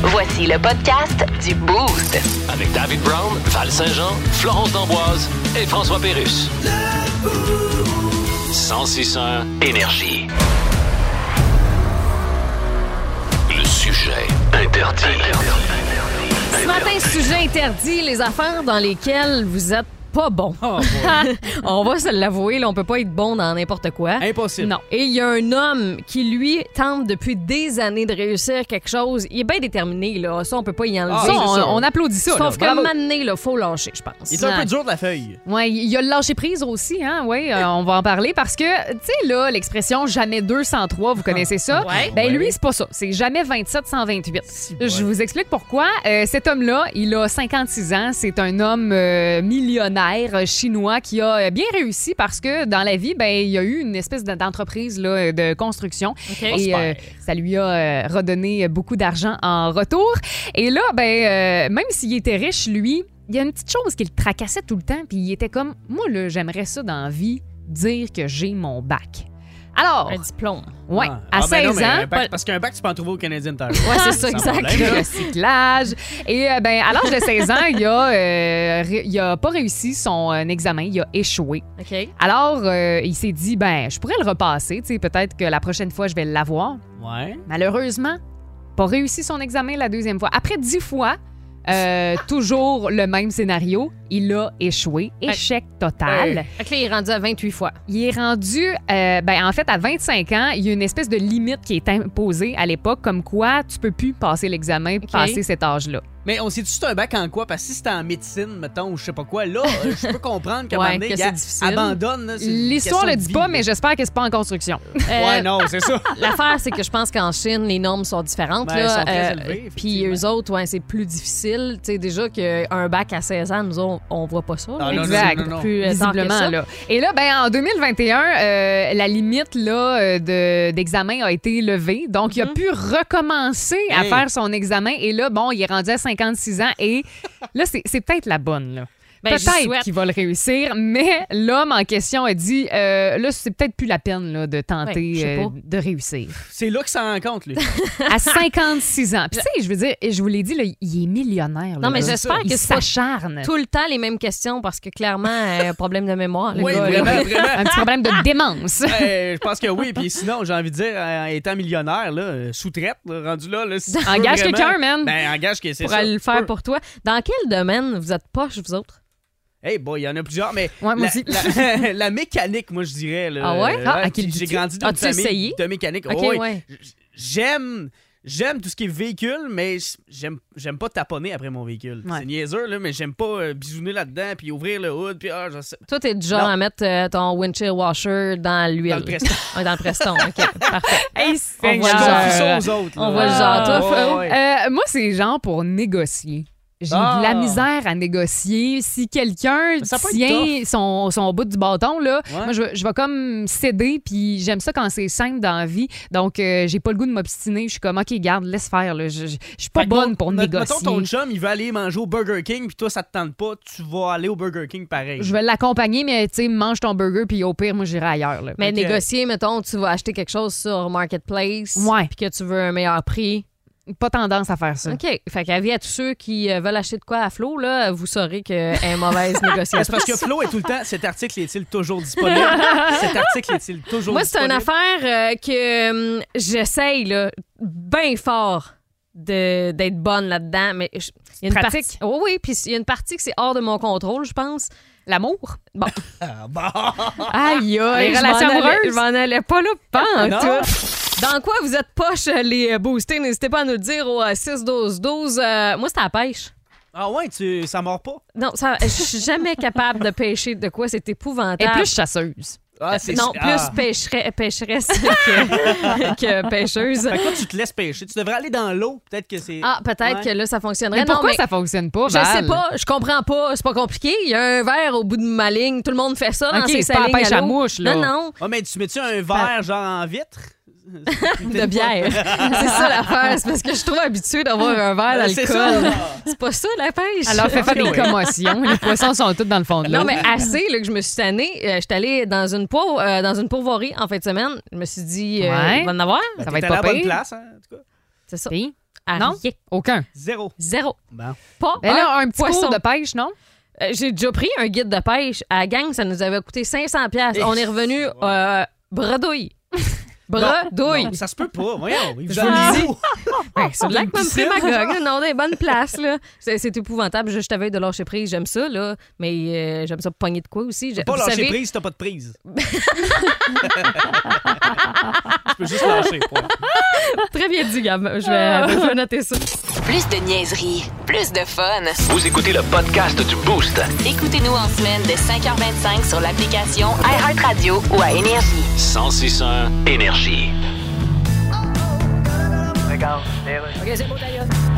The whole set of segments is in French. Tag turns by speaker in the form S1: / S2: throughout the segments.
S1: Voici le podcast du Boost.
S2: Avec David Brown, Val Saint-Jean, Florence D'Amboise et François Pérus. 1061 Énergie. Le sujet interdit.
S3: Ce matin, sujet interdit, les affaires dans lesquelles vous êtes pas bon.
S4: Oh, boy.
S3: on va se l'avouer, là, on peut pas être bon dans n'importe quoi.
S4: Impossible.
S3: Non. Et il y a un homme qui, lui, tente depuis des années de réussir quelque chose. Il est bien déterminé, là. Ça, on peut pas y enlever.
S4: Ah,
S3: Ça,
S4: c'est
S3: on-
S4: ça.
S3: on-
S5: On applaudit ça. là.
S3: Sauf qu'à un
S5: Bravo.
S3: moment donné, là, faut lâcher, je pense.
S4: Il est un peu dur de la feuille.
S5: Ouais, il y a le lâcher prise aussi, hein. Oui, on va en parler parce que, tu sais, là, l'expression jamais 203, vous connaissez ça?
S3: Ouais.
S5: Ben,
S4: Ouais.
S5: lui, c'est pas ça. C'est jamais 27 128.
S4: ouais.
S5: Je vous explique pourquoi. Euh, cet homme-là, il a 56 ans. C'est un homme euh, millionnaire euh, chinois qui a euh, bien réussi parce que dans la vie, ben, il y a eu une espèce d- d'entreprise là, euh, de construction. Et euh, ça lui a euh, redonné beaucoup d'argent en retour. Et là, ben, euh, même s'il était riche, lui, il y a une petite chose qui le tracassait tout le temps. Puis il était comme, moi, là, j'aimerais ça dans la vie, dire que j'ai mon bac. Alors,
S3: Un diplôme.
S5: ouais,
S4: Ah.
S5: à
S4: Ah, ben
S5: 16
S4: non, mais
S5: ans,
S4: un bac- parce qu'un bac, tu peux en trouver au Canadien Tire.
S5: Ouais, c'est ça,
S4: Sans
S5: exact.
S4: problème,
S5: Le
S4: là.
S5: recyclage. Et euh, ben, à l'âge de 16 ans, il a, euh, ré- il a pas réussi son euh, examen, il a échoué.
S3: OK.
S5: Alors, euh, il s'est dit, ben, je pourrais le repasser, tu sais, peut-être que la prochaine fois, je vais l'avoir.
S4: Ouais.
S5: Malheureusement, pas réussi son examen la deuxième fois. Après dix fois, euh, toujours le même scénario, il a échoué. Échec total.
S3: Fait que là, il est rendu à 28 fois.
S5: Il est rendu, euh, ben, en fait, à 25 ans, il y a une espèce de limite qui est imposée à l'époque, comme quoi tu peux plus passer l'examen, passer cet âge-là.
S4: Mais on sait-tu c'est un bac en quoi? Parce que si c'était en médecine, mettons, ou je sais pas quoi, là, euh, je peux comprendre qu'à un
S3: Ouais,
S4: moment donné,
S3: que
S4: il
S3: c'est
S4: a-
S3: difficile.
S4: abandonne. là, c'est une
S5: L'histoire
S4: question
S5: le
S4: de
S5: dit
S4: vie,
S5: pas,
S4: là.
S5: mais j'espère que c'est pas en construction.
S3: Euh,
S4: Ouais, non, c'est ça.
S3: L'affaire, c'est que je pense qu'en Chine, les normes sont différentes.
S4: Ben,
S3: là.
S4: elles sont très
S3: Euh,
S4: élevées,
S3: Puis
S4: effectivement.
S3: eux autres, ouais, c'est plus difficile. Tu sais, déjà qu'un bac à 16 ans, nous, on, on voit pas ça.
S4: Ah, non, non,
S5: Exact.
S4: non, non, non.
S3: Plus euh, tant que
S5: Visiblement,
S3: ça.
S5: là. Et là, ben, en 2021, euh, la limite là, euh, de- d'examen a été levée. Donc,
S3: Mhm.
S5: il a pu recommencer à
S4: Hey.
S5: faire son examen. Et là, bon, il est rendu à 56 ans. Et là, c'est c'est peut-être la bonne. là.
S3: Ben, j'y
S5: peut-être
S3: souhaite.
S5: qu'il va le réussir. Mais l'homme en question a dit euh, là, c'est peut-être plus la peine là, de
S3: Ouais, je
S5: tenter
S3: sais
S5: euh,
S3: pas.
S5: de réussir.
S4: C'est là que ça rend compte, lui.
S5: À 56 ans. Puis, tu sais, je veux dire, je vous l'ai dit, là, il est millionnaire. là.
S3: Non, mais
S4: C'est
S3: j'espère
S4: ça.
S3: que
S5: il
S3: c'est pas
S5: s'acharne.
S3: tout le temps les mêmes questions parce que clairement, euh, problème de mémoire. le
S4: Oui,
S3: gars, là.
S4: vraiment, vraiment.
S5: Un petit problème de démence.
S4: Euh, je pense que oui, puis sinon, j'ai envie de dire, euh, étant millionnaire, là, euh, sous-traite, là, rendu là, là si tu veux
S5: Engage
S4: vraiment-
S5: quelqu'un, man.
S4: Ben, engage que c'est
S3: Pour
S4: ça.
S3: aller le
S4: Tu
S3: faire
S4: peux.
S3: pour toi. Dans quel domaine vous êtes poche, vous autres?
S4: Hey, bon, il y en a plusieurs, mais
S5: Ouais, moi
S4: la,
S5: aussi.
S4: la- la mécanique, moi, je dirais. Là,
S3: Ah ouais?
S4: euh,
S3: Ah, à
S4: puis
S3: quel
S4: J'ai
S3: goût-tu?
S4: grandi dans une
S3: As-tu
S4: famille
S3: essayé?
S4: de mécanique.
S3: Ok,
S4: Ouais,
S3: ouais.
S4: j- J'aime... J'aime tout ce qui est véhicule, mais j- j'aime j'aime pas taponner après mon véhicule.
S5: Ouais.
S4: C'est niaiseux, là, mais j'aime pas euh, bisouner là-dedans, puis ouvrir le hood, puis ah, je sais-
S3: Toi, t'es du genre
S4: Non.
S3: à mettre euh, ton windshield washer dans l'huile.
S4: Dans le Preston.
S3: Ouais, dans le Preston, OK. Parfait.
S5: On voit
S4: Je
S5: le
S3: Seigneur.
S4: confie ça
S5: genre.
S4: aux autres.
S3: On
S4: là.
S3: voit le genre, toi,
S4: Ouais,
S3: Flo.
S4: ouais.
S5: Euh, moi, c'est genre pour négocier. J'ai
S4: Ah.
S5: de la misère à négocier. Si quelqu'un
S4: Ça peut être
S5: tient son, son bout du bâton, là,
S4: Ouais.
S5: moi, je, vais- je vais comme céder, puis j'aime ça quand c'est simple dans la vie. Donc, euh, j'ai pas le goût de m'obstiner. Je suis comme, OK, garde, laisse faire. Là. Je, je- je suis pas
S4: Fait que
S5: bonne
S4: mon-
S5: pour
S4: me-
S5: négocier.
S4: Mettons ton chum, il veut aller manger au Burger King, puis toi, ça te tente pas, tu vas aller au Burger King pareil.
S5: Je vais l'accompagner, mais tu sais, mange ton burger, puis au pire, moi, j'irai ailleurs. là.
S3: Mais
S4: Ok.
S3: négocier, mettons, tu vas acheter quelque chose sur Marketplace
S5: Ouais.
S3: puis que tu veux un meilleur prix.
S5: Pas tendance à faire ça.
S3: OK. Fait qu'avis à tous ceux qui euh, veulent acheter de quoi à Flo, là, vous saurez qu'elle est mauvaise
S4: Mais
S3: négociatrice.
S4: C'est parce que Flo est tout le temps. Cet article est-il toujours disponible? Cet article est-il toujours
S3: Moi, c'est
S4: disponible?
S3: une affaire euh, que hum, j'essaye là, bien fort de- d'être bonne là-dedans, mais je- il y a une
S5: Pratique.
S3: partie. Oui, oui, puis il y a une partie que c'est hors de mon contrôle, je pense.
S5: L'amour? Bon.
S4: Ah, bon.
S5: Aïe, aïe,
S3: Les
S5: les
S3: relations
S5: relations
S3: amoureuses.
S5: amoureuses.
S3: allais pas là,
S4: Non.
S3: Dans quoi vous êtes poche, euh, les euh, boostés? N'hésitez pas à nous le dire au euh, 6-12-12. Euh, moi, c'est à la pêche.
S4: Ah ouais, tu, ça mord pas.
S3: Non, ça, je suis jamais capable de pêcher de quoi. C'est
S5: Et
S3: épouvantable.
S5: plus chasseuse.
S4: Ah, c'est
S3: non,
S4: ah.
S3: plus pêcherais- pêcheresse que, que
S5: Ben,
S3: pêcheuse.
S4: Fait que toi, tu te laisses pêcher. Tu devrais aller dans l'eau. Peut-être que c'est.
S3: Ah, peut-être
S4: Ouais.
S3: que là, ça fonctionnerait.
S5: Mais
S3: Non,
S5: pourquoi
S3: mais-
S5: ça fonctionne pas,
S3: Je sais
S5: Val?
S3: pas, je comprends pas, c'est pas compliqué. Il y a un verre au bout de ma ligne, tout le monde fait ça dans
S5: Ok,
S3: ses
S5: c'est pas
S3: salines
S5: la pêche à
S3: l'eau.
S5: mouche, là.
S3: Non, non,
S4: Ah, mais tu mets-tu un verre, genre en vitre?
S3: de bière. c'est ça l'affaire, c'est parce que je suis trop habituée d'avoir un verre
S4: Ah, c'est ça.
S3: d'alcool. C'est pas ça la pêche.
S5: Ben, Alors, fait faire des commotions. Les poissons sont tous dans le fond de l'eau.
S3: Non, mais assez là, que je me suis tannée. Euh, J'étais allée dans une, pour, euh, dans une pourvoirie en fin de semaine. Je me suis dit, euh,
S5: Ouais. Ben,
S3: il va en avoir.
S5: Ça
S4: T'es
S5: va être
S4: allé à
S5: pas
S4: la bonne
S5: pire.
S4: place, hein, en tout cas.
S3: C'est ça.
S5: Puis,
S3: à
S5: hein. Non?
S3: rien.
S5: Aucun.
S4: Zéro.
S3: Zéro.
S4: Bon.
S3: Pas
S5: Elle a un petit
S3: poisson.
S5: cours de pêche, non?
S3: Euh, J'ai déjà pris un guide de pêche à la gang, ça nous avait coûté 500 pièces.
S4: Eh,
S3: On est revenu
S4: c'est
S3: euh, bredouille. bredouille. Ah.
S4: Non, ça se peut pas. Voyons.
S3: Je le
S4: dis.
S3: Ben, c'est là
S4: une
S3: que m'a pris
S4: piscine.
S3: ma gogue. Non, des bonnes places, là. C'est, c'est épouvantable. Je, je t'avais de lâcher prise. J'aime ça, là. Mais euh, j'aime ça pogner de quoi aussi. Je-
S4: Pas
S3: vous
S4: lâcher
S3: savez-
S4: prise si t'as pas de prise. tu peux juste lâcher. point.
S3: Ah! Très bien dit, Gab. Je vais, je vais noter ça.
S1: Plus de niaiserie, plus de fun.
S2: Vous écoutez le podcast du Boost.
S1: Écoutez-nous en semaine de 5h25 sur l'application iHeartRadio ou à Énergie.
S2: 1061 Énergie.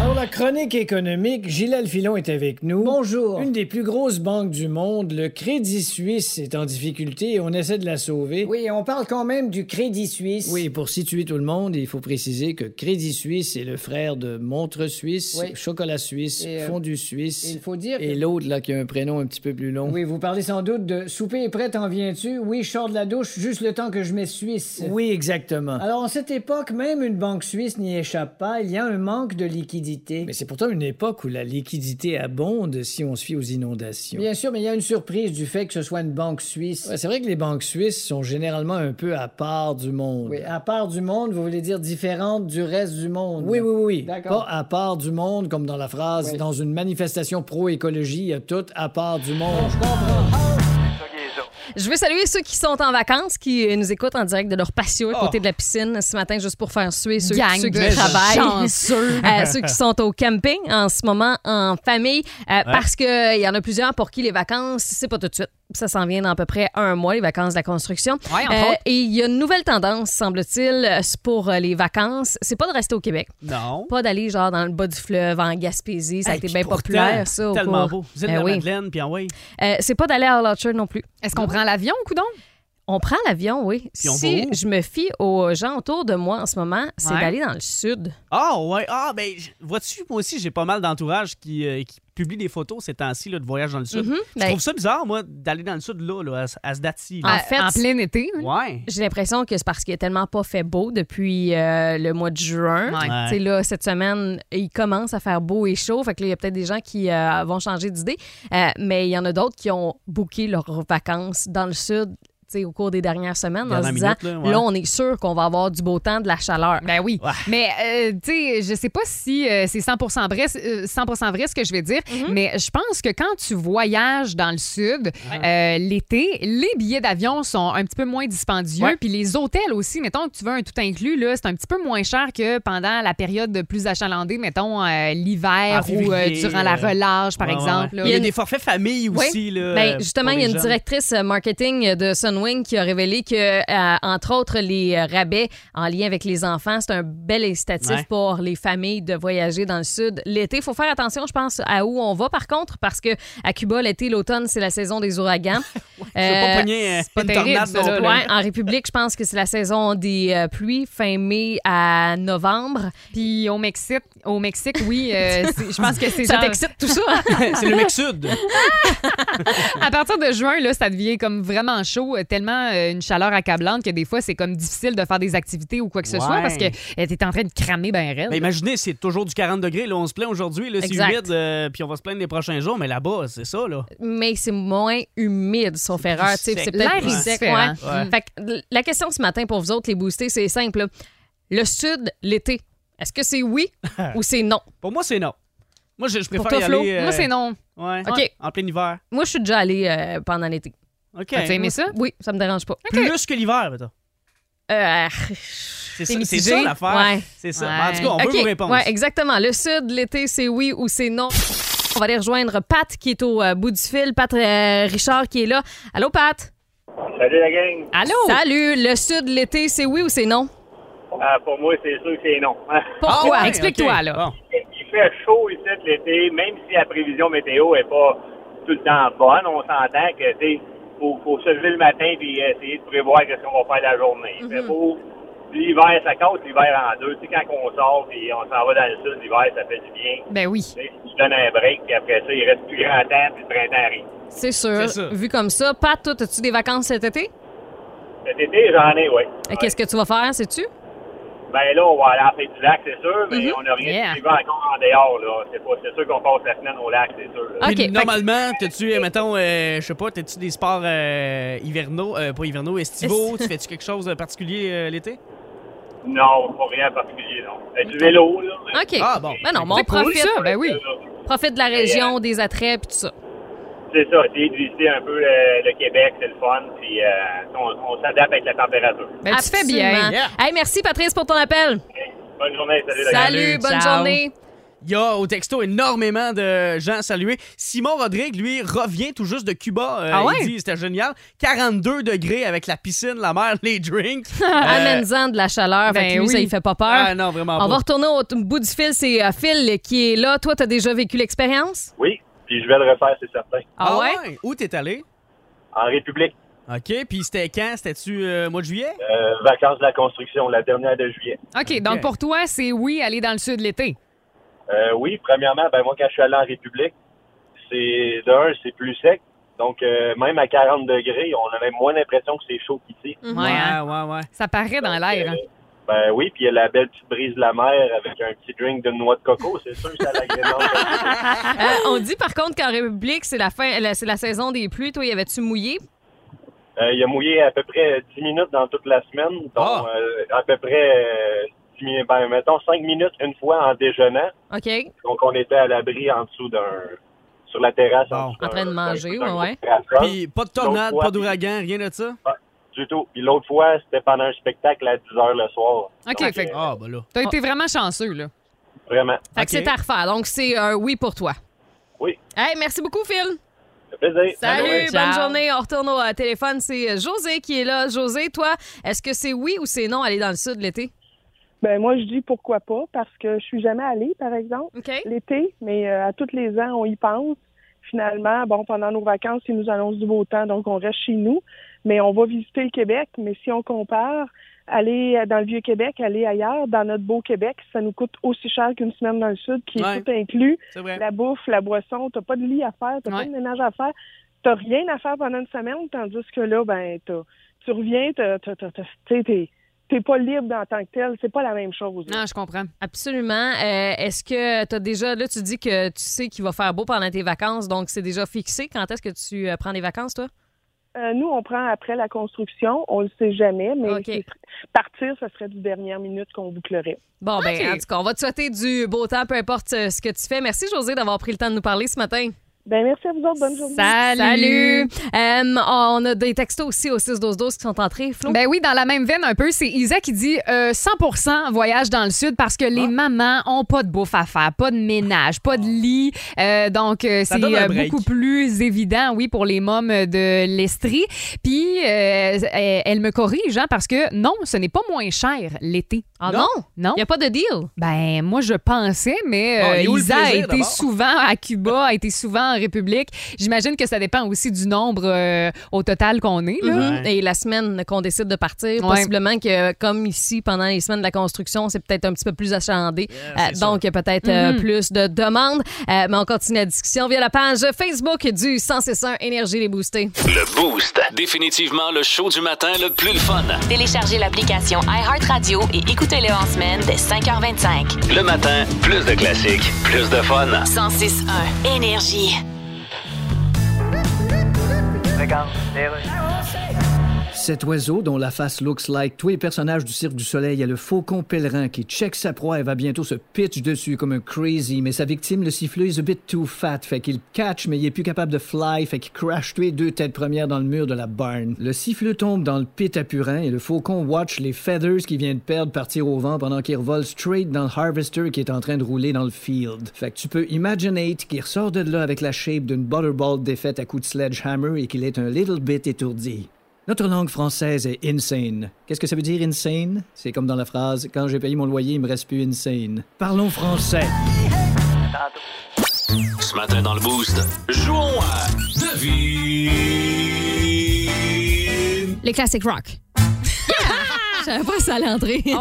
S6: Alors, la chronique économique, Gilles Alphilon est avec nous. Bonjour. Une des plus grosses banques du monde, le Crédit Suisse, est en difficulté et on essaie de la sauver.
S7: Oui, on parle quand même du Crédit Suisse.
S6: Oui, pour situer tout le monde, il faut préciser que Crédit Suisse est le frère de Montre Suisse,
S7: Oui.
S6: Chocolat Suisse,
S7: Et, euh,
S6: Fondue Suisse.
S7: Il faut dire. que-
S6: Et l'autre, là, qui a un prénom un petit peu plus long.
S7: Oui, vous parlez sans doute de souper est prêt, t'en viens-tu? Oui, je sors de la douche juste le temps que je m'essuisse.
S6: Oui, exactement.
S7: Alors, en cette époque, même une banque suisse n'y échappe pas. Il y a un manque de liquidité.
S6: Mais c'est pourtant une époque où la liquidité abonde si on se fie aux inondations.
S7: Bien sûr, mais il y a une surprise du fait que ce soit une banque suisse.
S6: Ouais, c'est vrai que les banques suisses sont généralement un peu à part du monde.
S7: Oui, à part du monde, vous voulez dire différente du reste du monde.
S6: Oui, oui, oui. Pas
S7: D'accord.
S6: à part du monde, comme dans la phrase,
S7: Oui.
S6: dans une manifestation pro-écologie, il y a tout à part du monde.
S3: Je veux saluer ceux qui sont en vacances, qui euh, nous écoutent en direct de leur patio
S4: Oh.
S3: à côté de la piscine ce matin, juste pour faire suer ceux,
S5: Gang
S3: ceux qui
S5: de
S3: travaillent.
S5: chanceux.
S3: Euh, ceux qui sont au camping en ce moment en famille, euh, parce qu'il y en a plusieurs pour qui les vacances, c'est pas tout de suite. Ça s'en vient dans à peu près un mois, les vacances de la construction. Euh,
S5: Ouais, entre autres.
S3: et il y a une nouvelle tendance, semble-t-il, euh, pour euh, les vacances. C'est pas de rester au Québec,
S4: Non.
S3: pas d'aller genre dans le bas du fleuve, en Gaspésie. Ça a
S4: Hey,
S3: été
S4: puis
S3: bien
S4: pourtant,
S3: populaire, ça. au
S4: Tellement
S3: cours.
S4: beau. Vous êtes
S3: Ben
S4: la
S3: oui.
S4: Madeleine, puis en ouais.
S3: Euh, c'est pas d'aller à Orchard non plus.
S5: Est-ce qu'on prend l'avion, coudon?
S3: On prend l'avion, oui.
S4: Puis on
S3: si
S4: va où?
S3: je me fie aux gens autour de moi en ce moment, c'est
S5: Ouais.
S3: d'aller dans le sud.
S4: Ah, ouais. Ah, ben, j- vois-tu, moi aussi, j'ai pas mal d'entourage qui, euh, qui publie des photos ces temps-ci là, de voyage dans le sud. Je
S3: Ben-
S4: trouve ça bizarre, moi, d'aller dans le sud, là, là, à, ce- à ce date-ci.
S3: En
S4: là.
S5: Euh,
S3: fait,
S5: en plein été. hein?
S4: Ouais.
S3: J'ai l'impression que c'est parce qu'il a tellement pas fait beau depuis euh, le mois de juin.
S5: Ouais.
S4: Ouais.
S3: Tu sais, là, cette semaine, il commence à faire beau et chaud. Fait que là, il y a peut-être des gens qui euh, vont changer d'idée. Euh, mais il y en a d'autres qui ont booké leurs vacances dans le sud tu sais, au cours des dernières semaines en
S4: Dernière
S3: se disant
S4: minute, là, ouais.
S3: on est sûr qu'on va avoir du beau temps, de la chaleur.
S5: Ben oui.
S4: Ouais.
S5: Mais, euh, tu sais, je sais pas si euh, c'est 100 vrai, euh, 100 vrai ce que je vais dire,
S4: Mhm.
S5: mais je pense que quand tu voyages dans le Sud, euh, l'été, les billets d'avion sont un petit peu moins dispendieux.
S4: Ouais.
S5: Puis les hôtels aussi, mettons que tu veux un tout inclus, là, c'est un petit peu moins cher que pendant la période plus achalandée, mettons euh, l'hiver
S4: En
S5: ou euh,
S4: février,
S5: durant la
S4: euh,
S5: relâche, par
S4: Ouais, ouais,
S5: exemple.
S4: ouais.
S5: là.
S4: Il y a des forfaits famille
S3: Oui.
S4: aussi. Là,
S3: Ben,
S4: euh,
S3: justement,
S4: pour
S3: il y a
S4: les
S3: une
S4: jeunes.
S3: directrice euh, marketing de Sunwing qui a révélé que, euh, entre autres, les euh, rabais en lien avec les enfants, c'est un bel incitatif
S4: Ouais.
S3: pour les familles de voyager dans le sud l'été. Il faut faire attention, je pense, à où on va, par contre, parce que à Cuba, l'été, l'automne, c'est la saison des ouragans.
S4: Je veux
S3: Euh,
S4: pas pogner euh,
S5: pas
S4: une
S5: terrible,
S4: tornade
S5: ça,
S4: non
S5: là,
S4: plus.
S3: ouais, en République, je pense que c'est la saison des euh, pluies, fin mai à novembre.
S5: Puis au Mexique, au Mexique oui, euh, c'est- je pense que c'est
S3: Ça
S5: genre-
S3: t'excite tout ça? Ben
S4: C'est le mec sud.
S5: À partir de juin, là, ça devient comme vraiment chaud, euh, tellement euh, une chaleur accablante que des fois, c'est comme difficile de faire des activités ou quoi que ce
S4: Ouais.
S5: soit parce que euh, t'es en train de cramer ben raide.
S4: Mais imaginez, c'est toujours du 40 degrés. Là, on se plaint aujourd'hui, là, c'est
S3: Exact.
S4: humide, euh, puis on va se plaindre les prochains jours, mais là-bas, c'est ça, là.
S3: mais c'est moins humide, sauf
S4: plus
S3: erreur. tu sais,
S4: sec.
S3: C'est peut-être
S5: L'air
S3: plus
S5: est
S3: sec. ouais.
S5: différent.
S4: Ouais.
S3: Fait que l- la question ce matin pour vous autres, les boostés, c'est simple. Le sud, l'été, est-ce que c'est oui ou c'est non?
S4: Pour moi, c'est non. Moi, je, je préfère
S5: Pour toi,
S4: y
S5: Flo,
S4: aller. euh,
S5: moi, c'est non.
S4: Ouais,
S3: OK.
S4: ouais, en plein hiver.
S3: Moi, je suis déjà allée euh, pendant l'été.
S4: OK.
S5: As-tu aimé ça?
S3: Oui, ça me dérange pas.
S4: Plus que l'hiver, mettons. Ah,
S3: Euh,
S4: ben, C'est ça,
S3: T'es
S4: c'est
S3: mitigé?
S4: ça l'affaire.
S3: Ouais.
S4: C'est ça.
S5: Ouais.
S4: Ben, en tout cas, on
S3: OK,
S4: veut vos réponses.
S3: ouais, exactement. Le sud, l'été, c'est oui ou c'est non. On va aller rejoindre Pat qui est au euh, bout du fil. Pat euh, Richard qui est là. Allô, Pat?
S8: Salut la gang.
S5: Allô?
S3: Salut. Le sud, l'été, c'est oui ou c'est non?
S8: Ah, pour moi, c'est sûr que c'est non.
S3: Pourquoi?
S5: Ah ouais, Explique-toi,
S4: OK.
S5: là.
S4: Bon.
S8: Il fait chaud ici l'été, même si la prévision météo est pas tout le temps bonne. On s'entend que, tu sais, faut, faut se lever le matin puis essayer de prévoir qu'est-ce qu'on va faire la journée. Il
S9: Ben, Mm.
S5: Mm-hmm.
S8: fait beau. L'hiver, ça casse l'hiver en deux. Tu sais, quand on sort puis on s'en va dans le sud, l'hiver, ça fait du bien.
S5: Ben oui.
S8: Tu sais, tu donnes un break puis après ça, il reste plus grand temps puis le printemps arrive.
S3: C'est sûr.
S4: C'est ça.
S3: Vu comme ça, Pat, toi, as-tu des vacances cet été?
S8: Cet été, j'en ai, oui.
S3: Qu'est-ce que tu vas faire, sais-tu?
S8: ben là, on va aller à la fête du lac, c'est sûr, mais
S5: Mhm.
S8: on n'a rien
S5: Yeah.
S8: de suivant encore en dehors, là. C'est pas- c'est sûr qu'on passe la semaine au lac, c'est sûr. là.
S5: OK.
S4: Puis
S5: fait que-
S4: normalement, t'as-tu, euh, mettons, euh, je sais pas, t'as-tu des sports euh, hivernaux, euh, pas hivernaux, estivaux? tu fais-tu quelque chose de particulier euh, l'été?
S8: Non, pas rien en particulier, non. Ben, du vélo, là. mais-
S3: OK.
S4: Ah, bon.
S3: Ben non, mais on
S5: C'est cool,
S3: profite,
S5: ça. Ben oui.
S3: profite de la région, des attraits, puis tout ça.
S8: C'est ça, essayer de visiter un peu euh, le, le Québec, c'est le fun, puis euh, on, on s'adapte avec la température.
S5: Ben, tu fais bien.
S3: Absolument. Hey, merci, Patrice, pour ton appel.
S8: Bonne journée, salut. la gang.
S3: Salut,
S5: Salut,
S3: bonne
S5: ciao.
S3: journée.
S4: Il y a au texto énormément de gens salués. Simon Rodrigue, lui, revient tout juste de Cuba. Euh,
S5: Ah ouais?
S4: Il dit, c'était génial. 42 degrés avec la piscine, la mer, les drinks. Euh,
S3: Amène-en de la chaleur.
S5: ben
S3: fait que lui, ça,
S5: oui.
S3: il fait pas peur.
S4: ah non, vraiment
S3: On
S4: pas.
S3: va retourner au t- bout du fil. C'est euh, Phil qui est là. Toi, t'as déjà vécu l'expérience?
S9: Oui, puis je vais le refaire, c'est certain.
S4: Ah ouais? Où t'es allé?
S9: En République,
S4: OK, puis c'était quand? C'était-tu euh, mois de juillet?
S9: euh, vacances de la construction, la dernière de juillet.
S5: OK, donc pour toi, c'est oui, aller dans le sud l'été.
S9: Euh, oui, premièrement, ben moi, quand je suis allé en République, c'est de un, c'est plus sec. Donc, euh, même à 40 degrés, on a même moins l'impression que c'est chaud qu'ici.
S5: Ouais, hein?
S4: Mhm. ouais, ouais.
S5: Ça paraît dans l'air. hein.
S9: Ben oui, puis il y a la belle petite brise de la mer avec un petit drink de noix de coco, c'est sûr que ça l'agrémente.
S3: Euh, on dit par contre qu'en République, c'est la fin, la- c'est la saison des pluies. Toi, y avait-tu mouillé?
S9: Euh, il a mouillé à peu près 10 minutes dans toute la semaine, donc
S4: Ah.
S9: euh, à peu près, euh, 10 minutes, ben, mettons 5 minutes une fois en déjeunant.
S3: OK.
S9: Donc, on était à l'abri en dessous d'un... sur la terrasse.
S4: Bon.
S9: en, dessous
S3: En train de
S9: d'un-
S3: manger,
S9: d'un- d'un
S3: ouais,
S9: gros terrasse.
S4: Puis pas de tornade,
S9: L'autre
S4: pas
S9: fois-
S4: d'ouragan, rien de ça?
S9: Du tout. Puis l'autre fois, c'était pendant un spectacle à 10 h le soir.
S5: OK,
S9: Donc,
S5: fait que-
S9: euh,
S4: Ah, ben là.
S5: T'as été vraiment chanceux, là.
S9: Vraiment.
S3: Fait
S4: OK.
S3: que c'est à refaire. Donc, c'est un oui pour toi.
S9: Oui.
S3: Hey, merci beaucoup, Phil.
S9: Ça fait plaisir.
S3: Salut,
S9: Bonne journée.
S3: bonne
S5: Ciao.
S3: journée. On retourne au euh, téléphone. C'est euh, José qui est là. José, toi, est-ce que c'est oui ou c'est non aller dans le sud l'été?
S10: Ben moi, je dis pourquoi pas, parce que je suis jamais allée, par exemple,
S3: OK.
S10: l'été, mais euh, à tous les ans, on y pense. Finalement, bon, pendant nos vacances, ils nous annoncent du beau temps, donc on reste chez nous, mais on va visiter le Québec. Mais si on compare, aller euh, dans le vieux Québec, aller ailleurs, dans notre beau Québec, ça nous coûte aussi cher qu'une semaine dans le sud, qui est
S4: Ouais.
S10: tout inclus,
S4: C'est vrai.
S10: la bouffe, la boisson, t'as pas de lit à faire, t'as
S5: Ouais.
S10: pas de ménage à faire, t'as rien à faire pendant une semaine, tandis que là, ben, t'as- tu reviens, t'as- t'as- t'as- t'as- t'sais, t'es t'es pas libre en tant que tel, c'est pas la même chose. là.
S5: Non, je comprends.
S3: Absolument. Euh, est-ce que tu as déjà, là, tu dis que tu sais qu'il va faire beau pendant tes vacances, donc c'est déjà fixé. Quand est-ce que tu euh, prends des vacances, toi?
S10: Euh, nous, on prend après la construction, on le sait jamais, mais
S3: OK.
S10: c'est- partir, ça serait du dernière minute qu'on bouclerait.
S3: Bon, ben,
S5: Ok.
S3: en tout cas, on va te souhaiter du beau temps, peu importe euh, ce que tu fais. Merci, José, d'avoir pris le temps de nous parler ce matin.
S10: Ben merci à vous autres, bonne journée.
S5: Salut.
S3: Euh, on a des textos aussi au 6-12-12 qui sont entrés. Flo?
S5: Ben oui, dans la même veine un peu, c'est Isa qui dit euh, 100% voyage dans le sud parce que
S3: Ah.
S5: les mamans ont pas de bouffe à faire, pas de ménage, pas de lit. Euh, donc euh,
S4: Ça
S5: c'est
S4: donne un
S5: euh,
S4: break.
S5: beaucoup plus évident oui pour les mômes de l'Estrie. Puis euh, elle elle me corrige hein, parce que non, ce n'est pas moins cher l'été.
S3: ah non?
S5: Non.
S3: Il n'y a pas de deal.
S5: Ben, moi, je pensais, mais
S4: Bon,
S5: euh,
S4: il est où le
S5: Isa a
S4: plaisir,
S5: été
S4: d'abord?
S5: souvent à Cuba, a été souvent en République. J'imagine que ça dépend aussi du nombre euh, au total qu'on est. Là.
S3: Mhm. Et la semaine qu'on décide de partir,
S5: Ouais.
S3: possiblement que, comme ici, pendant les semaines de la construction, c'est peut-être un petit peu plus achalandé. Euh,
S4: c'est
S3: donc, il y a peut-être euh,
S5: Mhm.
S3: plus de demandes. Euh, mais on continue la discussion via la page Facebook du 161 Énergie Les Boostés.
S2: Le Boost. Définitivement le show du matin le plus le fun.
S1: Téléchargez l'application iHeartRadio et écoutez-le en semaine dès 5h25.
S2: Le matin, plus de classiques, plus de fun.
S1: 106.1 Énergie.
S6: Cet oiseau, dont la face looks like tous les personnages du Cirque du Soleil, a le faucon pèlerin qui check sa proie et va bientôt se pitch dessus comme un crazy, mais sa victime, le siffleuse, is a bit too fat, fait qu'il catch, mais il est plus capable de fly, fait qu'il crash tous les deux têtes premières dans le mur de la barn. Le siffleux tombe dans le pit à purin et le faucon watch les feathers qu'il vient de perdre partir au vent pendant qu'il revole straight dans le harvester qui est en train de rouler dans le field. Fait que tu peux imaginate qu'il ressort de là avec la shape d'une butterball défaite à coups de sledgehammer et qu'il est un little bit étourdi. Notre langue française est insane. Qu'est-ce que ça veut dire insane? C'est comme dans la phrase Quand j'ai payé mon loyer, il me reste plus insane. Parlons français.
S2: Ce matin dans le Boost, jouons à Devine.
S3: Les classiques rock. Je savais pas que ça allait entrer.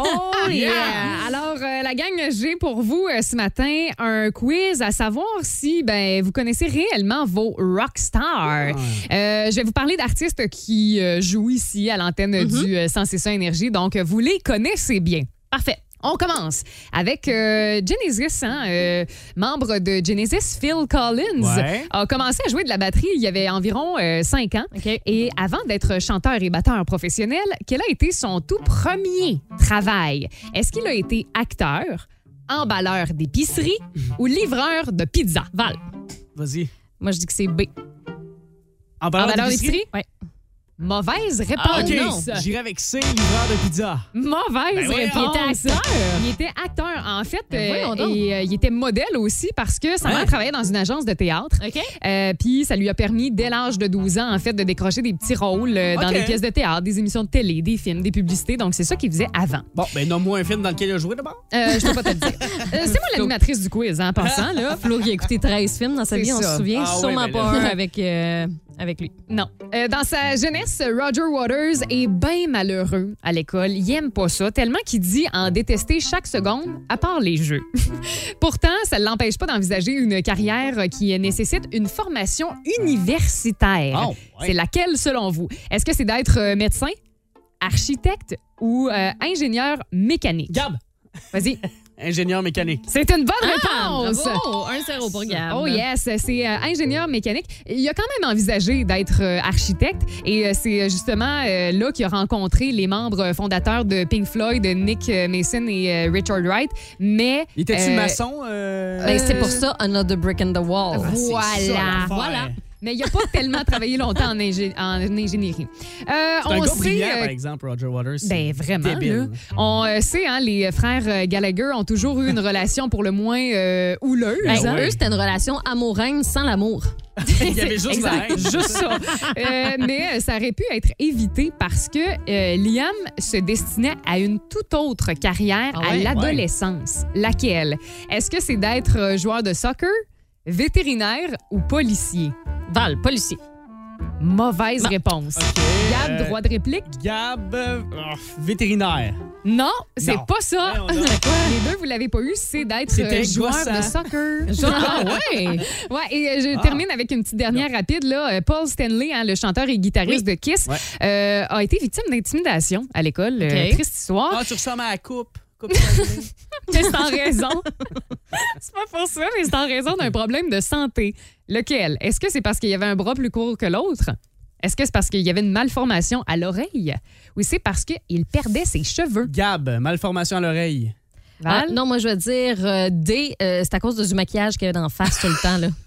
S5: Oh yeah! Alors, euh, la gang, j'ai pour vous euh, ce matin un quiz à savoir si ben, vous connaissez réellement vos rock stars. Euh, je vais vous parler
S3: Mm-hmm.
S5: d'artistes qui euh, jouent ici à l'antenne du euh, 106.1 Énergie, donc euh, vous les connaissez bien. Parfait. On commence avec euh, Genesis, hein, euh, membre de Genesis, Phil Collins,
S11: Ouais.
S5: a commencé à jouer de la batterie il y avait environ 5 ans. Et avant d'être chanteur et batteur professionnel, quel a été son tout premier travail? Est-ce qu'il a été acteur, emballeur d'épicerie ou livreur de pizza? Val.
S4: Vas-y.
S5: Moi, je dis que c'est B.
S4: Emballeur
S5: d'épicerie?
S4: d'épicerie?
S5: Oui. Mauvaise réponse.
S4: Ah, ok.
S5: Non.
S4: J'irai avec C, livreur de pizza.
S5: Mauvaise
S4: Ben voyons.
S5: réponse.
S4: Il était acteur.
S5: Il était acteur, en fait.
S4: Ben voyons
S5: euh,
S4: donc.
S5: et euh, il était modèle aussi parce que sa mère
S4: Hein?
S5: travaillait dans une agence de théâtre. Euh, Puis ça lui a permis, dès l'âge de 12 ans, en fait, de décrocher des petits rôles euh, dans
S4: Ok.
S5: des pièces de théâtre, des émissions de télé, des films, des publicités. Donc c'est ça qu'il faisait avant.
S4: Bon, ben nomme-moi un film dans lequel il a joué d'abord.
S5: Euh, je peux pas te le dire. Euh, c'est moi l'animatrice du quiz, hein, en passant. Là.
S3: Flo, il a écouté 13 films dans sa
S5: C'est
S3: vie, on
S5: ça.
S3: se souvient
S5: Ah oui,
S3: sûrement
S5: mais là-
S3: pas un avec, euh, avec lui.
S5: Non. Euh, dans sa jeunesse, Roger Waters est bien malheureux à l'école. Il aime pas ça, tellement qu'il dit en détester chaque seconde, à part les jeux. Pourtant, ça ne l'empêche pas d'envisager une carrière qui nécessite une formation
S11: Oh,
S5: universitaire.
S11: ouais.
S5: C'est laquelle, selon vous? Est-ce que c'est d'être euh, médecin, architecte ou euh, ingénieur mécanique?
S4: Gab!
S5: Vas-y.
S4: Ingénieur mécanique.
S5: C'est une bonne
S4: Ah,
S5: réponse!
S4: bravo!
S3: 1-0 pour Gab.
S5: Oh yes, c'est euh, ingénieur mécanique. Il a quand même envisagé d'être euh, architecte et euh, c'est euh, justement euh, là qu'il a rencontré les membres euh, fondateurs de Pink Floyd, Nick euh, Mason et euh, Richard Wright. Mais
S4: Il était-tu
S5: euh,
S4: maçon? euh?
S3: Ben, c'est pour ça Another Brick in the
S5: Ah, ben,
S3: Wall.
S5: Voilà, voilà. Mais il n'a pas tellement travaillé longtemps en, ingé- en ingénierie. Euh,
S4: C'est un
S5: on
S4: gars
S5: sait,
S4: brillant,
S5: euh,
S4: par exemple, Roger Waters.
S5: Ben vraiment,
S4: Débile.
S5: là. On euh, sait, hein, les frères euh, Gallagher ont toujours eu une relation pour le moins euh, houleuse.
S3: Ben,
S5: hein.
S3: Eux, c'était une relation amoureuse sans l'amour.
S4: Il y avait juste la
S5: Exact,
S4: haine.
S5: juste ça. Euh, mais euh, ça aurait pu être évité parce que euh, Liam se destinait à une toute autre carrière
S11: Ah
S5: à
S11: ouais?
S5: l'adolescence. Laquelle? Est-ce que c'est d'être euh, joueur de soccer, vétérinaire ou policier?
S3: Val, policier.
S5: Mauvaise
S4: Bon.
S5: réponse. Gab,
S4: euh,
S5: droit de réplique?
S4: Gab, euh, oh, vétérinaire.
S5: Non, c'est
S4: Non.
S5: pas ça.
S4: Voyons donc.
S5: Les deux, vous l'avez pas eu, c'est d'être
S4: C'était
S5: euh, joueur
S4: gossant.
S5: de soccer.
S3: Ah ouais?
S5: Ouais, et euh, je
S4: Ah.
S5: termine avec une petite dernière rapide. Là. Euh, Paul Stanley, hein, le chanteur et guitariste de Kiss,
S4: Ouais.
S5: euh, a été victime d'intimidation à l'école. Euh,
S3: Ok.
S5: triste histoire.
S4: Ah, tu ressembles à la coupe. coupe
S5: Mais c'est en raison. c'est pas pour ça, mais c'est en raison d'un problème de santé. Lequel? Est-ce que c'est parce qu'il y avait un bras plus court que l'autre? Est-ce que c'est parce qu'il y avait une malformation à l'oreille? Ou c'est parce qu'il perdait ses cheveux?
S4: Gab, malformation à l'oreille.
S5: Val?
S3: Ah, non, moi, je veux dire euh, D, euh, c'est à cause de du maquillage qu'il y avait d'en face tout le temps. Là.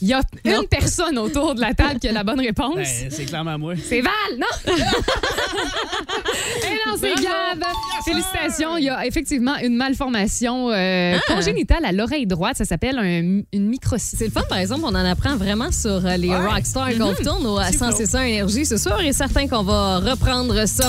S5: Il y a
S3: Non.
S5: une personne autour de la table qui a la bonne
S3: Ah,
S5: réponse.
S4: Ben, c'est clairement moi.
S5: C'est Val, non? Et non, c'est
S3: Bravo.
S5: Gab. Félicitations. Il y a effectivement une malformation euh, congénitale à l'oreille droite. Ça s'appelle un- une microcyste.
S3: C'est le fun, par exemple, on en apprend vraiment sur euh, les rockstars qu'on retourne au
S4: Petit flow.
S3: 106 Énergie, c'est sûr et certain qu'on va reprendre ça.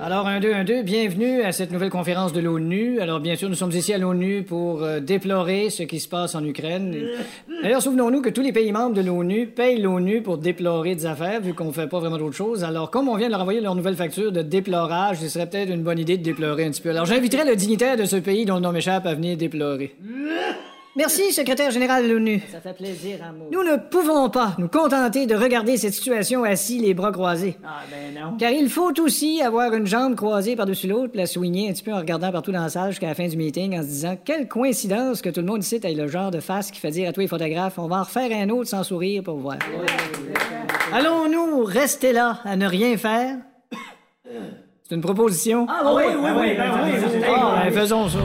S6: Alors, un, deux, un, deux, bienvenue à cette nouvelle conférence de l'ONU. Alors, bien sûr, nous sommes ici à l'ONU pour euh, déplorer ce qui se passe en Ukraine. D'ailleurs, souvenons-nous que tous les pays membres de l'ONU payent l'ONU pour déplorer des affaires, vu qu'on fait pas vraiment d'autre chose. Alors, comme on vient de leur envoyer leur nouvelle facture de déplorage, ce serait peut-être une bonne idée de déplorer un petit peu. Alors, j'inviterai le dignitaire de ce pays dont le nom m'échappe à venir déplorer. Merci, secrétaire général de l'ONU. Ça fait plaisir, amour. Nous ne pouvons pas nous contenter de regarder cette situation assis les bras croisés. Ah, ben non. Car il faut aussi avoir une jambe croisée par-dessus l'autre, puis la soigner un petit peu en regardant partout dans la salle jusqu'à la fin du meeting en se disant Quelle coïncidence que tout le monde ici ait le genre de face qui fait dire à tous les photographes On va en refaire un autre sans sourire pour voir. Allons-nous rester là à ne rien faire C'est une proposition Ah, oui, oui, oui, ben, faisons ça.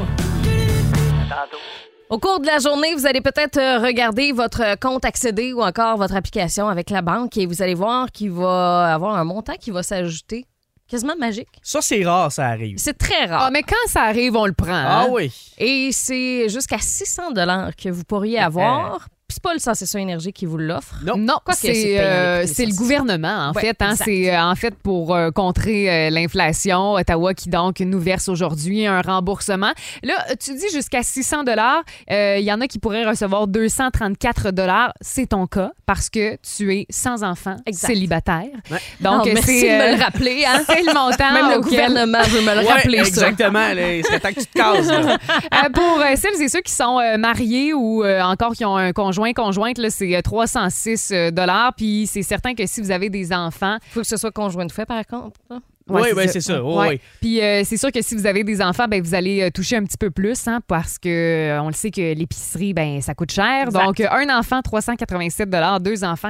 S3: Au cours de la journée, vous allez peut-être euh, regarder votre euh, compte accédé ou encore votre application avec la banque et vous allez voir qu'il va avoir un montant qui va s'ajouter. Quasiment magique.
S4: Ça, c'est rare, ça arrive.
S3: C'est très rare.
S5: Ah, mais quand ça arrive, on le prend.
S4: Ah
S5: hein?
S4: oui.
S3: Et c'est jusqu'à 600 dollars que vous pourriez avoir Puis c'est pas le Sensation Énergie qui vous l'offre.
S4: Non.
S5: Non,
S3: Eh. Quoique, c'est
S5: c'est
S3: payant,
S5: euh,
S3: les prix
S5: c'est le
S3: sensibles.
S5: gouvernement, en
S3: Ouais,
S5: fait. hein.
S3: exact.
S5: c'est euh, en fait pour euh, contrer euh, l'inflation. Ottawa qui donc nous verse aujourd'hui un remboursement. Là, tu dis jusqu'à 600 dollars. euh, Il y en a qui pourraient recevoir 234 dollars. C'est ton cas parce que tu es sans enfant,
S3: Exact.
S5: célibataire.
S4: Ouais.
S5: Donc,
S3: Ah, merci
S5: c'est
S3: de me
S5: euh,
S3: le rappeler. hein.
S5: c'est le montant.
S3: Même le
S5: auquel-
S3: gouvernement veut me le
S4: Ouais,
S3: rappeler, ça.
S4: exactement. là, il serait temps que tu te cases. là.
S5: Euh, pour euh, celles et ceux qui sont euh, mariés ou euh, encore qui ont un conjoint, conjointe, là, c'est euh, 306 dollars. Puis c'est certain que si vous avez des enfants,
S3: faut que ce soit conjoint de fait, par contre. là.
S4: Oui, oui, c'est ça. Oui, oui.
S5: Puis euh, c'est sûr que si vous avez des enfants, ben, vous allez euh, toucher un petit peu plus hein, parce que euh, on le sait que l'épicerie, ben, ça coûte cher.
S3: Exact.
S5: Donc, euh, un enfant, 387 deux enfants,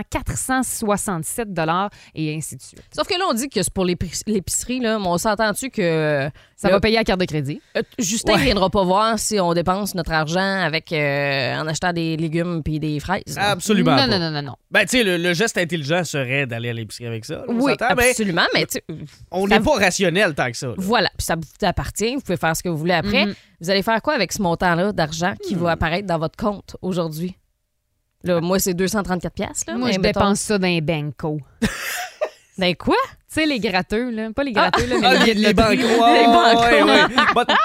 S5: 467 et ainsi de suite.
S3: Sauf que là, on dit que c'est pour l'épic- l'épicerie, là, mais on s'entend-tu que
S5: Ça
S3: Là-
S5: va payer à carte de crédit.
S3: euh, Justin ne viendra pas voir si on dépense notre argent avec euh, en achetant des légumes puis des fraises. là.
S4: Absolument.
S5: Non,
S4: pas.
S5: non, non, non, non.
S4: Ben, tu sais, le, le geste intelligent serait d'aller à l'épicerie avec ça. là, on
S3: oui,
S4: s'entend, mais
S3: absolument, mais tu-
S4: on n'est pas rationnel tant que ça. là.
S3: voilà, puis ça vous appartient, vous pouvez faire ce que vous voulez après.
S5: Mm-hmm.
S3: Vous allez faire quoi avec ce montant-là d'argent qui
S4: Hmm.
S3: va apparaître dans votre compte aujourd'hui? Là, moi, c'est 234 pièces. Là,
S5: Moi,
S3: mais
S5: je
S3: mettons-
S5: dépense ça dans les banco.
S3: Dans quoi?
S5: Tu sais, les gratteux, là. Pas les gratteux, là,
S4: Ah,
S5: mais
S4: les,
S5: les,
S4: les banques.
S3: Les banques.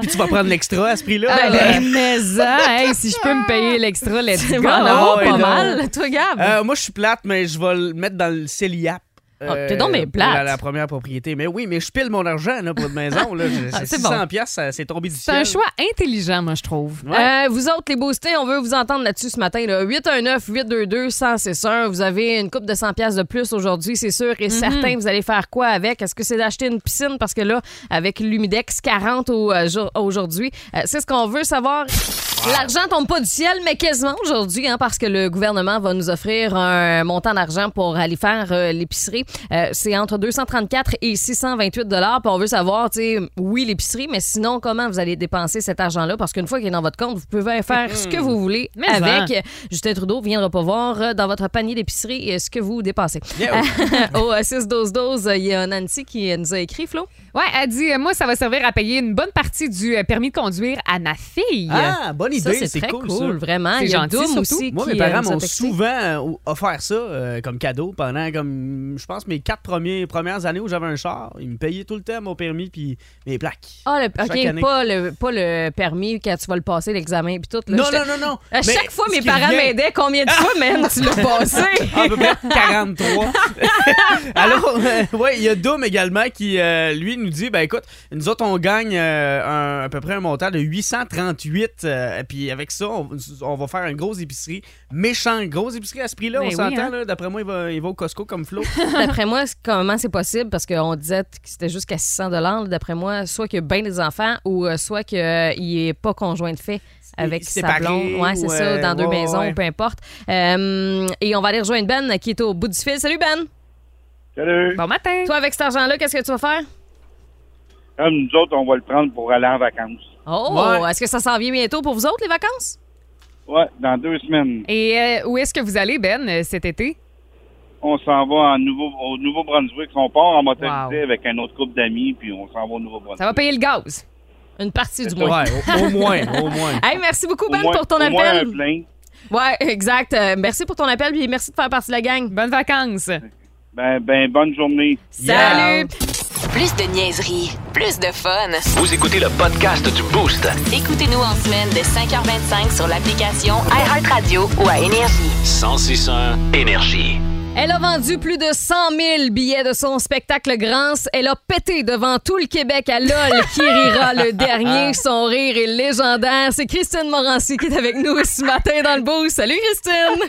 S4: Puis tu vas prendre l'extra à ce prix-là. Euh,
S5: Ah,
S4: là.
S5: ben, mais ça, hey, si je peux me payer l'extra, let's
S3: Tu
S5: go.
S3: vas en avoir
S4: ouais,
S3: pas
S4: non.
S3: mal, toi, Gab.
S4: Euh, moi, je suis plate, mais je vais le mettre dans le CELIAP.
S3: Ah, t'es donc bien
S4: pour
S3: plate.
S4: La, la première propriété. Mais oui, mais je pile mon argent là, pour une maison. Là. Je-
S3: Ah,
S4: c'est
S3: c'est bon.
S4: 600 piastres, ça- c'est tombé du
S5: C'est
S4: ciel.
S5: un choix intelligent, moi, je trouve.
S4: Ouais.
S3: Euh, vous autres, les boostés, on veut vous entendre là-dessus ce matin. là. 819-822-161. Vous avez une coupe de 100 pièces de plus aujourd'hui, c'est sûr et certain. Vous allez faire quoi avec? Est-ce que c'est d'acheter une piscine? Parce que là, avec l'humidex 40 au- euh, jour- aujourd'hui, euh, c'est ce qu'on veut savoir. L'argent tombe pas du ciel, mais quasiment aujourd'hui, hein, parce que le gouvernement va nous offrir un montant d'argent pour aller faire euh, l'épicerie. Euh, c'est entre 234 et 628 dollars. Puis on veut savoir, tu sais, oui l'épicerie, mais sinon comment vous allez dépenser cet argent-là Parce qu'une fois qu'il est dans votre compte, vous pouvez faire ce que vous voulez
S5: Mais
S3: avec. euh, Justin Trudeau viendra pas voir euh, dans votre panier d'épicerie euh, ce que vous dépensez.
S4: Yeah. oh.
S3: Au euh, 6 12 12, il y a Nancy qui euh, nous a écrit Flo.
S5: Ouais, elle dit, euh, moi, ça va servir à payer une bonne partie du euh, permis de conduire à ma fille.
S4: Ah, bonne
S3: Ça
S4: idée,
S3: c'est très cool,
S4: ça.
S3: vraiment.
S5: C'est
S3: Il y a
S5: gentil,
S3: Doom
S5: surtout.
S3: aussi
S4: Moi,
S3: qui,
S4: mes
S3: euh,
S4: parents
S3: nous a
S4: m'ont
S3: texté.
S4: souvent euh, offert ça euh, comme cadeau pendant, comme je pense, mes quatre premiers, premières années où j'avais un char. Ils me payaient tout le temps mon permis puis mes plaques.
S3: Ah, le-
S4: Chaque
S3: OK,
S4: année.
S3: pas le, pas le permis quand tu vas le passer, l'examen puis tout. là.
S4: non,
S3: J'étais-
S4: non, non, non.
S3: À
S4: Mais
S3: chaque fois,
S4: ce
S3: mes
S4: qui
S3: parents
S4: vient-
S3: m'aidaient. Combien de fois, même, tu l'as passé?
S4: à peu près 43. Alors, euh, ouais, il y a Doom également qui, euh, lui, nous dit ben écoute, nous autres, on gagne euh, un- à peu près un montant de 838. euh, puis avec ça, on, on va faire une grosse épicerie. Méchant, grosse épicerie à ce prix-là,
S5: Ben
S4: on
S5: oui,
S4: s'entend.
S5: hein.
S4: là. D'après moi, il va, il va au Costco comme Flo.
S3: D'après moi, c'est- comment c'est possible? Parce qu'on disait que c'était jusqu'à 600 là. D'après moi, soit qu'il y a bien des enfants ou euh, soit qu'il n'est pas conjoint de fait avec sa
S4: séparé
S3: blonde. Ouais, c'est
S4: ou,
S3: ça,
S4: euh,
S3: dans deux
S4: ouais,
S3: maisons,
S4: ouais.
S3: peu importe. Euh, et on va aller rejoindre Ben qui est au bout du fil. Salut Ben!
S9: Salut.
S5: Bon matin.
S3: Toi, avec cet argent-là, qu'est-ce que tu vas faire?
S9: Comme nous autres, on va le prendre pour aller en vacances.
S3: Oh!
S4: Ouais.
S3: Est-ce que ça s'en vient bientôt pour vous autres, les vacances?
S9: Ouais, dans deux semaines,
S5: Et euh, où est-ce que vous allez, Ben, euh, cet été?
S9: on s'en va en nouveau, au Nouveau-Brunswick. On part en motorisé
S5: Wow.
S9: avec un autre couple d'amis, puis on s'en va au Nouveau-Brunswick.
S5: Ça va payer le gaz.
S3: Une partie du
S4: ouais,
S3: mois.
S4: au, au moins, au moins. euh,
S3: Hey, merci beaucoup,
S9: Au
S3: Ben,
S9: moins-
S3: pour ton
S9: au moins
S3: appel.
S9: un plein.
S3: Ouais, exact. Euh, merci pour ton appel et merci de faire partie de la gang.
S5: Bonnes vacances.
S9: Ben, ben, bonne journée.
S3: Salut!
S1: Plus de niaiserie, plus de fun.
S2: Vous écoutez le podcast du Boost.
S1: Écoutez-nous en semaine de 5h25 sur l'application iHeartRadio ou à Énergie.
S2: 1061 Énergie.
S3: Elle a vendu plus de 100 000 billets de son spectacle Grance. Elle a pété devant tout le Québec à LOL qui rira le dernier. Son rire est légendaire. C'est Christine Morancy qui est avec nous ce matin dans le beau. Salut Christine!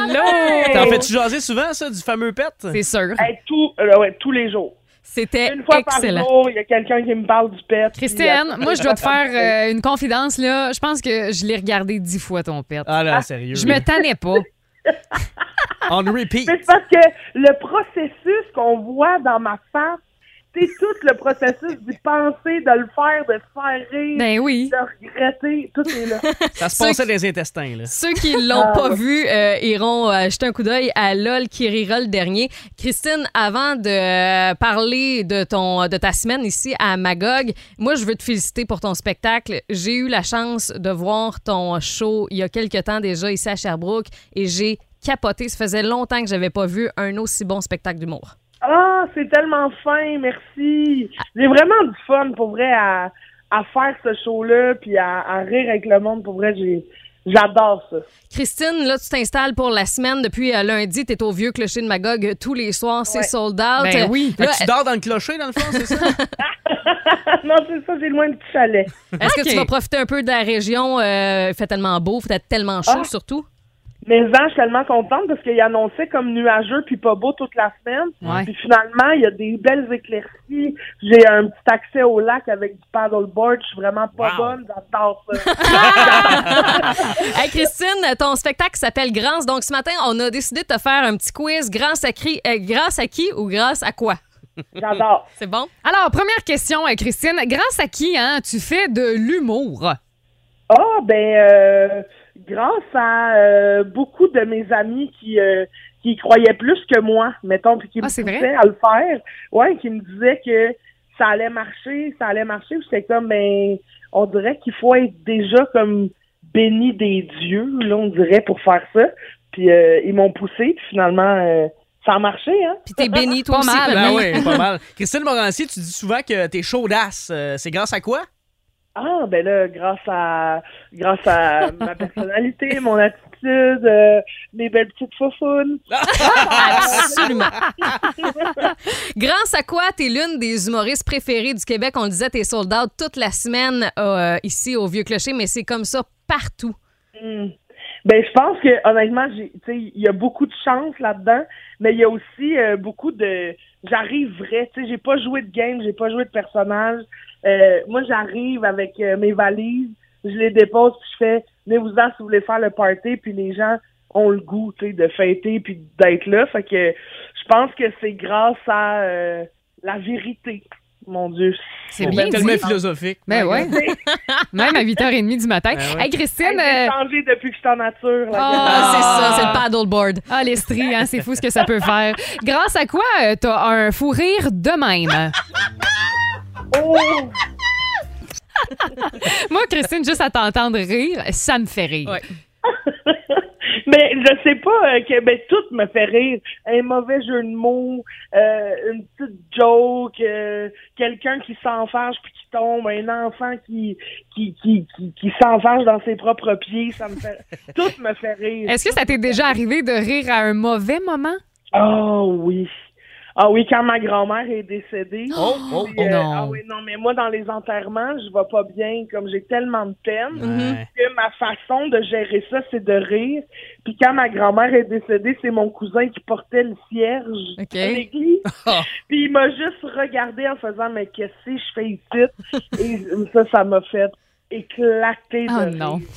S12: Allô!
S4: T'en fais-tu jaser souvent, ça, du fameux pet?
S5: C'est sûr.
S12: Hey, tout- euh, ouais, tous les jours.
S3: C'était
S12: Une fois
S3: excellent.
S12: par jour, il y a quelqu'un qui me parle du pet. puis
S5: Christine,
S12: après,
S5: moi, je dois te
S12: ça me fait-
S5: faire euh, une confidence, là. Je pense que je l'ai regardé dix fois, ton pet.
S4: Ah là, sérieux.
S5: Je me tannais pas.
S4: On
S12: Mais
S4: repeat.
S12: c'est parce que le processus qu'on voit dans ma face, c'est tout le processus du penser, de le faire, de faire rire,
S5: Ben oui.
S12: de regretter, tout est là.
S4: Ça se
S3: Ceux
S4: passait des intestins, là.
S3: Ceux qui
S4: Ah,
S3: l'ont
S12: Ah,
S3: pas vu euh, iront euh, jeter un coup d'œil à LOL qui rira le dernier. Christine, avant de euh, parler de ton de ta semaine ici à Magog, moi je veux te féliciter pour ton spectacle. J'ai eu la chance de voir ton show il y a quelques temps déjà ici à Sherbrooke et j'ai capoté. Ça faisait longtemps que j'avais pas vu un aussi bon spectacle d'humour.
S12: Ah, c'est tellement fin, merci. J'ai vraiment du fun pour vrai à, à faire ce show-là, puis à, à rire avec le monde pour vrai. j'ai- J'adore ça.
S3: Christine, là, tu t'installes pour la semaine. Depuis euh, lundi, tu es au vieux clocher de Magog tous les soirs. C'est
S12: Ouais.
S3: sold out.
S5: Ben oui.
S3: Là,
S4: Fait que tu dors dans le clocher, dans le fond, c'est ça?
S12: non, c'est ça, j'ai loin du petit chalet.
S3: Est-ce que
S5: Ok.
S3: tu vas profiter un peu de la région? Euh, il fait tellement beau, il fait tellement chaud
S12: Ah.
S3: surtout.
S12: Mais Jean, je suis tellement contente parce qu'il annonçait comme nuageux puis pas beau toute la semaine.
S5: Ouais.
S12: Puis finalement, il y a des belles éclaircies. J'ai un petit accès au lac avec du paddleboard. Je suis vraiment pas
S4: Wow.
S12: bonne. J'adore ça.
S3: Hey Christine, ton spectacle s'appelle Grâce. Donc ce matin, on a décidé de te faire un petit quiz grâce à, cri- euh, grâce à qui ou grâce à quoi?
S12: J'adore.
S3: C'est bon?
S5: Alors, première question, euh, Christine. Grâce à qui hein, tu fais de l'humour?
S12: Ah, ben, euh, grâce à euh, beaucoup de mes amis qui, euh, qui y croyaient plus que moi, mettons, puis qui
S5: Ah,
S12: me
S5: c'est vrai?
S12: poussaient à le faire. Ouais, qui me disaient que ça allait marcher, ça allait marcher. Puis J'étais comme, ben, on dirait qu'il faut être déjà comme béni des dieux, là, on dirait, pour faire ça. Puis euh, ils m'ont poussé, puis finalement, euh, ça a marché, hein?
S3: Puis t'es béni toi
S5: Pas
S3: aussi.
S5: mal.
S4: Ben
S5: oui.
S4: oui, pas mal. Christine Morancy, tu dis souvent que t'es chaudasse. Euh, c'est grâce à quoi?
S12: Ah, ben là, grâce à grâce à ma personnalité, mon attitude, euh, mes belles petites faufounes.
S3: Absolument. grâce à quoi t'es l'une des humoristes préférées du Québec? On le disait, t'es sold out toute la semaine euh, ici au Vieux Clocher, mais c'est comme ça partout.
S12: Hmm. Ben, je pense que, honnêtement, j'ai- tu sais, il y a beaucoup de chance là-dedans, mais il y a aussi euh, beaucoup de... J'arrive vrai, tu sais, j'ai pas joué de game, j'ai pas joué de personnage. Euh, moi, j'arrive avec euh, mes valises, je les dépose, puis je fais « Venez-vous-en si vous voulez faire le party », puis les gens ont le goût, tu sais, de fêter puis d'être là. Fait que je pense que c'est grâce à euh, la vérité, mon Dieu.
S5: C'est
S12: Mon
S5: bien
S12: bel-
S5: dit.
S4: Tellement philosophique.
S5: Ben ouais. Même à 8h30 du matin.
S4: Ben ouais.
S5: Hey,
S12: Hey,
S5: Christine.
S12: J'ai
S5: euh,
S12: changé depuis que je suis en nature. la
S5: Ah,
S3: Ah, c'est
S5: Ah.
S3: ça, c'est le paddleboard.
S5: Ah, l'estrie, hein, c'est fou ce que ça peut faire. Grâce à quoi euh, t'as un fou rire de même?
S12: Oh!
S5: Moi, Christine, juste à t'entendre rire, ça me fait rire.
S3: Ouais.
S12: Mais je sais pas euh, que ben, tout me fait rire. Un mauvais jeu de mots, euh, une petite joke, euh, quelqu'un qui s'enfarge puis qui tombe, un enfant qui qui qui, qui, qui s'enfarge dans ses propres pieds, ça me fait tout me fait rire.
S5: Est-ce que ça t'est déjà arrivé de rire à un mauvais moment?
S12: Oh oui. Ah oui, quand ma grand-mère est décédée.
S4: Oh, oh,
S12: puis,
S4: oh.
S12: euh,
S5: non.
S12: Ah oui, non, mais moi, dans les enterrements, je vais pas bien, comme j'ai tellement de peine.
S4: Ouais.
S12: que ma façon de gérer ça, c'est de rire. Puis quand ma grand-mère est décédée, c'est mon cousin qui portait le cierge
S3: OK.
S12: à l'église. Puis il m'a juste regardé en faisant Mais qu'est-ce que je fais ici? Et ça, ça m'a fait éclater de
S5: Oh
S12: rire.
S5: non.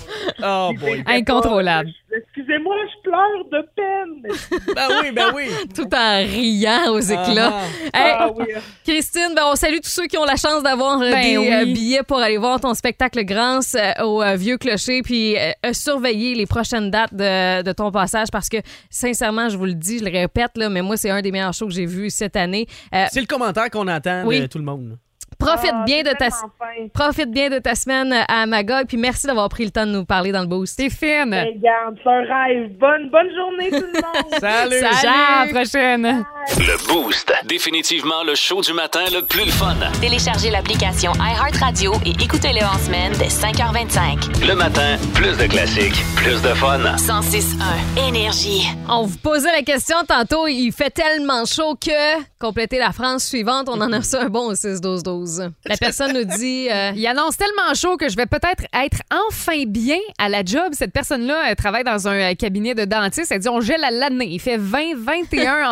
S4: Oh boy.
S5: Incontrôlable.
S12: Excusez-moi, je pleure de peine.
S4: Ben oui, ben oui.
S3: Tout en riant aux éclats.
S4: Ah,
S3: Hey,
S12: Ah oui.
S3: Christine, ben on salue tous ceux qui ont la chance d'avoir euh,
S5: Ben
S3: des
S5: oui.
S3: euh, billets pour aller voir ton spectacle Grâce euh, au euh, Vieux Clocher, puis euh, euh, surveiller les prochaines dates de, de ton passage parce que, sincèrement, je vous le dis, je le répète, là, mais moi, c'est un des meilleurs shows que j'ai vu cette année. Euh,
S4: C'est le commentaire qu'on entend de
S3: Oui.
S4: tout le monde.
S3: profite,
S12: Ah,
S3: bien de
S12: c'est
S3: ta,
S12: tellement fin.
S3: profite bien de ta semaine euh, à Magog, puis merci d'avoir pris le temps de nous parler dans le boost.
S5: Stéphane,
S12: Ben, Regarde, c'est un rêve. Bonne, bonne journée, tout le monde.
S4: Salut.
S5: Salut, à la prochaine.
S2: Le Boost. Définitivement le show du matin le plus le fun.
S1: Téléchargez l'application iHeartRadio et écoutez-le en semaine dès 5h25.
S2: Le matin, plus de classiques, plus de fun.
S1: 106.1 Énergie.
S3: On vous posait la question tantôt, il fait tellement chaud que, complétez la France suivante, on en a reçu un bon au 6-12-12. La personne nous dit... euh,
S5: Il annonce tellement chaud que je vais peut-être être enfin bien à la job. Cette personne-là elle travaille dans un euh, cabinet de dentiste. Elle dit on gèle à l'année. Il fait 20, 21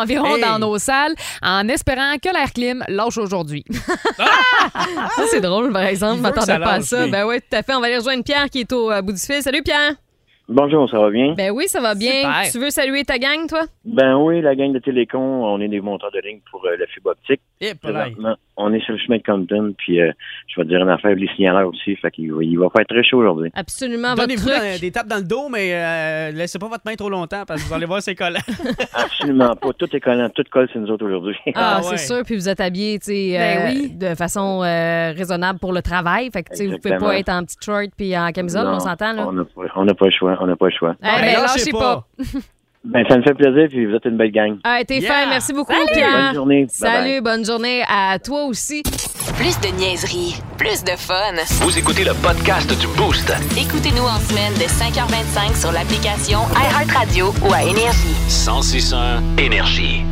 S5: environ
S4: Hey.
S5: dans nos salles en espérant que l'air clim lâche aujourd'hui.
S3: Ça, c'est drôle, par exemple. Je
S4: Il veut que
S3: m'attendais
S4: ça
S3: pas à
S4: lâche,
S3: ça.
S4: lui.
S3: Ben oui, tout à fait. On va aller rejoindre Pierre qui est au euh, bout du fil. Salut, Pierre.
S13: Bonjour, ça va bien?
S3: Ben oui, ça va bien.
S5: Super.
S3: Tu veux saluer ta gang, toi?
S13: Ben oui, la gang de Télécom, on est des monteurs de ligne pour euh, la fibre optique.
S4: Eh, pas là.
S13: Présentement, on est sur le chemin de Compton, puis euh, je vais te dire une affaire, les signaleurs aussi, fait qu'il va, il va faire très chaud aujourd'hui.
S3: Absolument, votre
S4: Donnez-vous dans-
S3: truc.
S4: des tapes dans le dos, mais euh, laissez pas votre main trop longtemps parce que vous allez voir, c'est collant.
S13: Absolument pas, tout est collant, tout colle sur nous autres aujourd'hui.
S3: Ah,
S4: Ah, ouais.
S3: c'est sûr. Puis vous êtes habillé, tu sais,
S5: Ben
S3: euh,
S5: oui.
S3: de façon euh, raisonnable pour le travail. Fait que, tu sais, vous pouvez
S13: Exactement.
S3: pas être en petite short puis en camisole,
S13: Non,
S3: on s'entend, là.
S13: On n'a pas, on n'a pas le choix, on n'a pas le choix.
S3: Eh, ben,
S5: mais
S4: lâchez
S5: lâchez pas.
S13: Ben, ça me fait plaisir, puis vous êtes une belle gang.
S3: Ah, t'es
S4: Yeah.
S3: fin. Merci beaucoup, Pierre.
S13: Bonne journée. Bye-bye.
S3: Salut, bonne journée à toi aussi.
S1: Plus de niaiserie, plus de fun.
S2: Vous écoutez le podcast du Boost.
S1: Écoutez-nous en semaine de 5h25 sur l'application iHeartRadio ou à Énergie.
S2: 1061 Énergie.